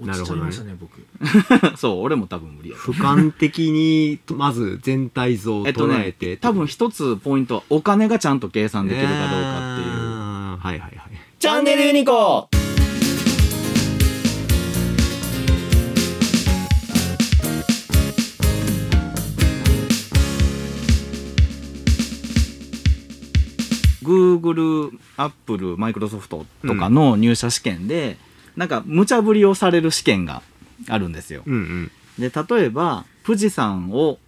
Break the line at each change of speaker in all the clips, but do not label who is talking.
落ちちゃいましたね僕
そう、俺も多分無理や
俯
と
瞰的に、まず全体像を
えっと
捉え
ね
て。、
多分一つポイントはお金がちゃんと計算できるかどうかっていう。
あーはいはいはい。
チャンネルユニコグーグル、アップル、マイクロソフトとかの入社試験で、なんか無茶ぶりをされる試験があるんですよ。
うんうん。
で、例えば、富士山を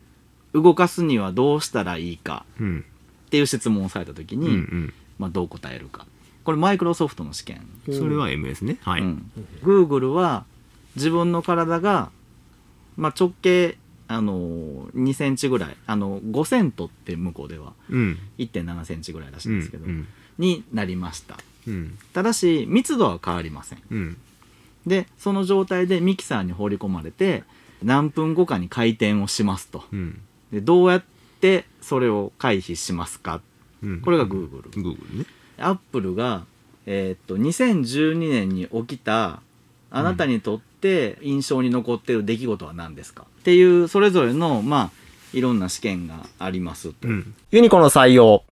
動かすにはどうしたらいいか
うん。
っていう質問をされた時
う
に、
ん
まあ、どう答えるかこれマイクロソフトの試験、
うん。それは MS ね。はい。
うん Google は自分の体が、まあ、直径、あのー2センチぐらい、あの5セントって向こうでは
うん。
1.7センチぐらいらしい
うんん
ですけど、
うん
になりました
うん。
ただし密度は変わりません
うん。
でその状態でミキサーに放り込まれて何分後かに回転をしますと
うん。
でどうやってそれを回避しますか
うん。
これが Google、
Google ね。
アップルが、えーっと2012年に起きたあなたにとって印象に残っている出来事は何ですか、っていうそれぞれのまあいろんな試験がありますと、
うん。
ユニコの採用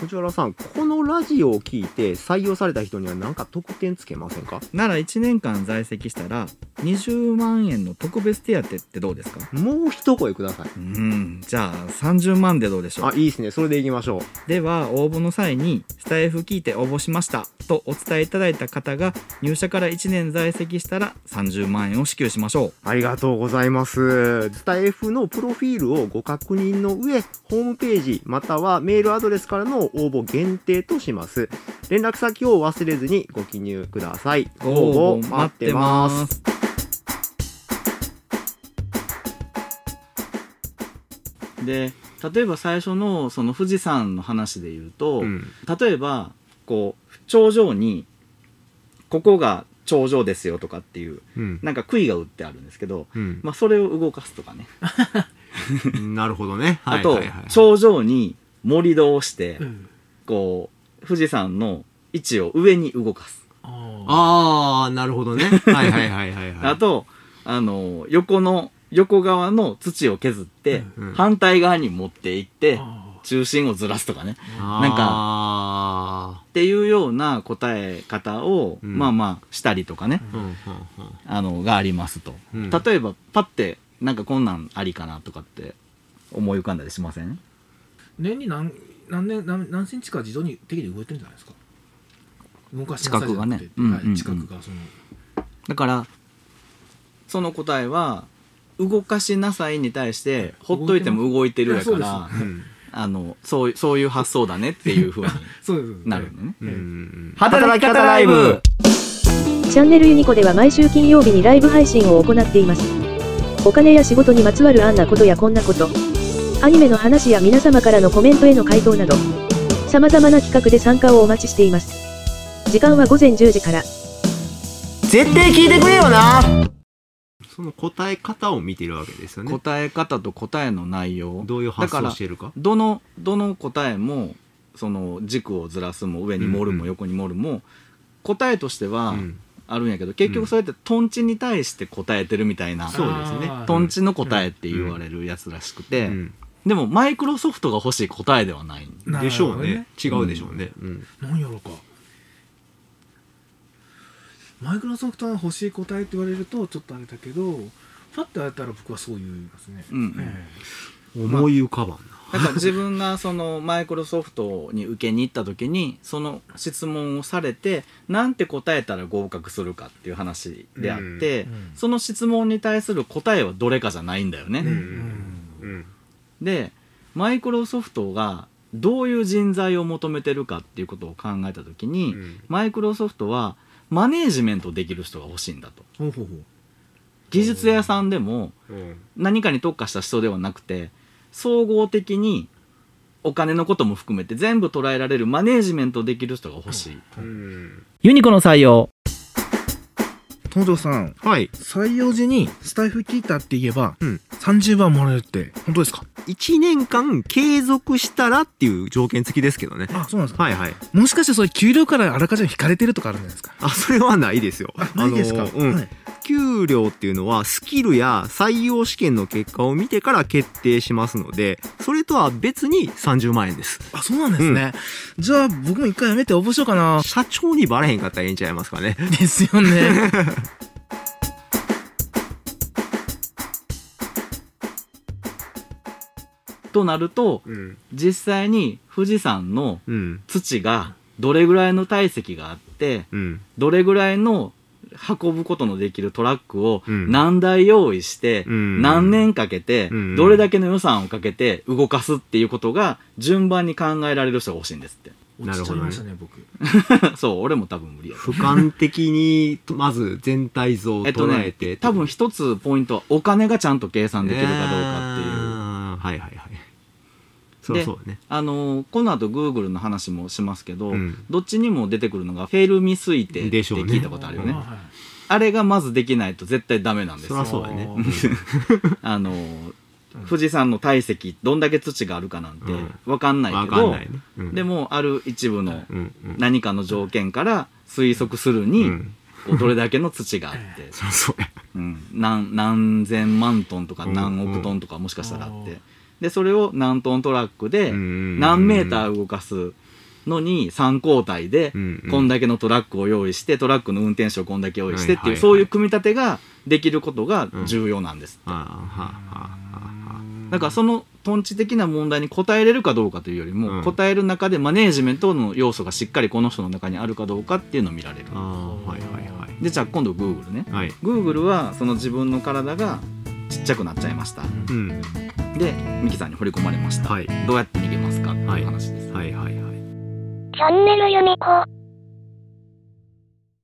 藤原さん、このラジオを聞いて採用された人には何か特典つけませんか
なら1年間在籍したら20万円の特別手当ってどうですか
もう一声ください。
うんじゃあ30万でどうでしょ
あ
う、
いいですね。それでいきましょう。
では応募の際に「スタイフ聞いて応募しました」とお伝えいただいた方が入社から1年在籍したら30万円を支給しましょう
ありがとうございます。スタイフのプロフィールをご確認の上、ホームページまたはメールアドレスからの応募限定とします。連絡先を忘れずにご記入ください。。
ご応募待ってますす。で例えば最初のその富士山の話で言うと、
うん。
例えばこう頂上にここが頂上ですよとかっていう
うん。
なんか杭が打ってあるんですけど、
うん
まあ、それを動かすとかね、
なるほど ね。
あと頂上に盛り土をして
うん
こう富士山の位置を上に動かす。
あ
ああ、なるほどね。はいはいはいはい、はい。
あ、と、あの、横の、横側の土を削って、
うん
反対側に持っていって、
あ
中心をずらすとかね。
なん
か
か、
っていうような答え方を、
うん
まあまあ、したりとかね、
うんうん
あの、がありますと。
うん
例えば、パって、なんかこんなんありかなとかって、思い浮かんだりしません
年に何何年何何センチか自動に適宜動いてるんじゃないですか動かしなさい
近くがね
じゃなくて
うんうんう
は
ん
い、近くがその
だから、その答えは、動かしなさいに対して、ほっといても動いてるやか
いや
ら
そうで、
うん。
あの、そういう、そういう発想だねっていうふ うに
そうです
なるのね。
うんうん。
働き方ライブ
チャンネルユニコでは毎週金曜日にライブ配信を行っています。お金や仕事にまつわるあんなことやこんなこと、アニメの話や皆様からのコメントへの回答など、様々な企画で参加をお待ちしています。時間は午前10時から。
絶対聞いてくれよな
その答え方を見てるわけですよね。
答え方と答えの内容
どういう発
だか
想
ら
してるか。
どのどの答えもその軸をずらすも上に盛る
うんう
も
ん
横に盛るも、答えとしては
うん
あるんやけど、結
うん
局そうやってトンチに対して答えてるみたいな、
そうですね
あー
トンチの答えって言われるやつらしくて、
うん
でもマイクロソフトが欲しい答えではない
なる
でしょ
ほ
う
ど
ね。違うでしょうね。うん。
何やろかマイクロソフトの欲しい答えって言われるとちょっとあれだけどパッと言われたら僕はそう言いますね、
うんうん
え
思い浮かばんな。
だから自分がそのマイクロソフトに受けに行った時にその質問をされてなんて答えたら合格するかっていう話であって、
うんうん
その質問に対する答えはどれかじゃないんだよね。
えうん
うん。
でマイクロソフトがどういう人材を求めてるかっていうことを考えた時に、
うん
マイクロソフトはマネージメントできる人が欲しいんだと。
ほうほうほう
技術屋さんでも
うん
何かに特化した人ではなくて総合的にお金のことも含めて全部捉えられるマネージメントできる人が欲しい、
うん
ユニコの採用
東條さん
はい。
採用時にスタイフ聞いたって言えば、
うん
30番もらえるって本当ですか
1年間継続したらっていう条件付きですけどね。
あそうなんですか
はいはい。
もしかしてそれ給料からあらかじめ引かれてるとかあるんじゃないですか
あ、それはないですよ。
あないですか、
あのうん。
はい
給料っていうのはスキルや採用試験の結果を見てから決定しますので、それとは別に30万円です。
あそうなんですね、じゃあ僕も一回やめて応募しようかな
社長にバレへんかったらええんちゃいますかね。
ですよ ね
となると
うん。
実際に富士山の
うん。
土がどれぐらいの体積があって
うん。
どれぐらいの運ぶことのできるトラックを
うん
何台用意して、
うん
何年かけて、
うん
どれだけの予算をかけて動かすっていうことが順番に考えられる人が欲しいんですって。
落
なる
ちち
ほ
ゃい
どね
ましたね僕
そう、俺も多分無理や。
俯瞰的に、とまず全体像を
えっと
捉え
ね
て。、
多分一つポイントはお金がちゃんと計算できるかどうかっていう。
あーはいはいはい。そりゃ
で
そうだね。
あのーこの後 Google の話もしますけど、
うん
どっちにも出てくるのがフェルミ推定って
でしょうね
聞いたことあるよね
あはい
あれがまずできないと絶対ダメなんです
そ
よ
らそうだね
あー
あのー
うん
富士山の体積どんだけ土があるかなんて
うん
分かんない
わ
け
かん
ど、
ないね。うん
で、もある一部の
うんうん。
何かの条件から推測するに、
うん
こうどれだけの土があ って、
そりゃそうや。
うん、何何千万トンとか
うん
何億トンとかもしかしたらあっ
う
て
ん
でそれを何トントラックで何メーター動かすのに3交代で
うんうん
こんだけのトラックを用意してトラックの運転手をこんだけ用意してって
はいはい
い
は
う
い
そういう組み立てができることが重要なんです
あーはあはあはあ
だからそのトンチ的な問題に答えれるかどうかというよりも、
うん
答える中でマネージメントの要素がしっかりこの人の中にあるかどうかっていうのを見られる
あーはいはいは
でじゃあ今度 Google ね
いはい
Google はその自分の体がちっちゃくなっちゃいました
うん
でミキさんに掘り込まれました、
はい
どうやって逃げますかっていう話です、
はいはいはい
チャンネルユニコーン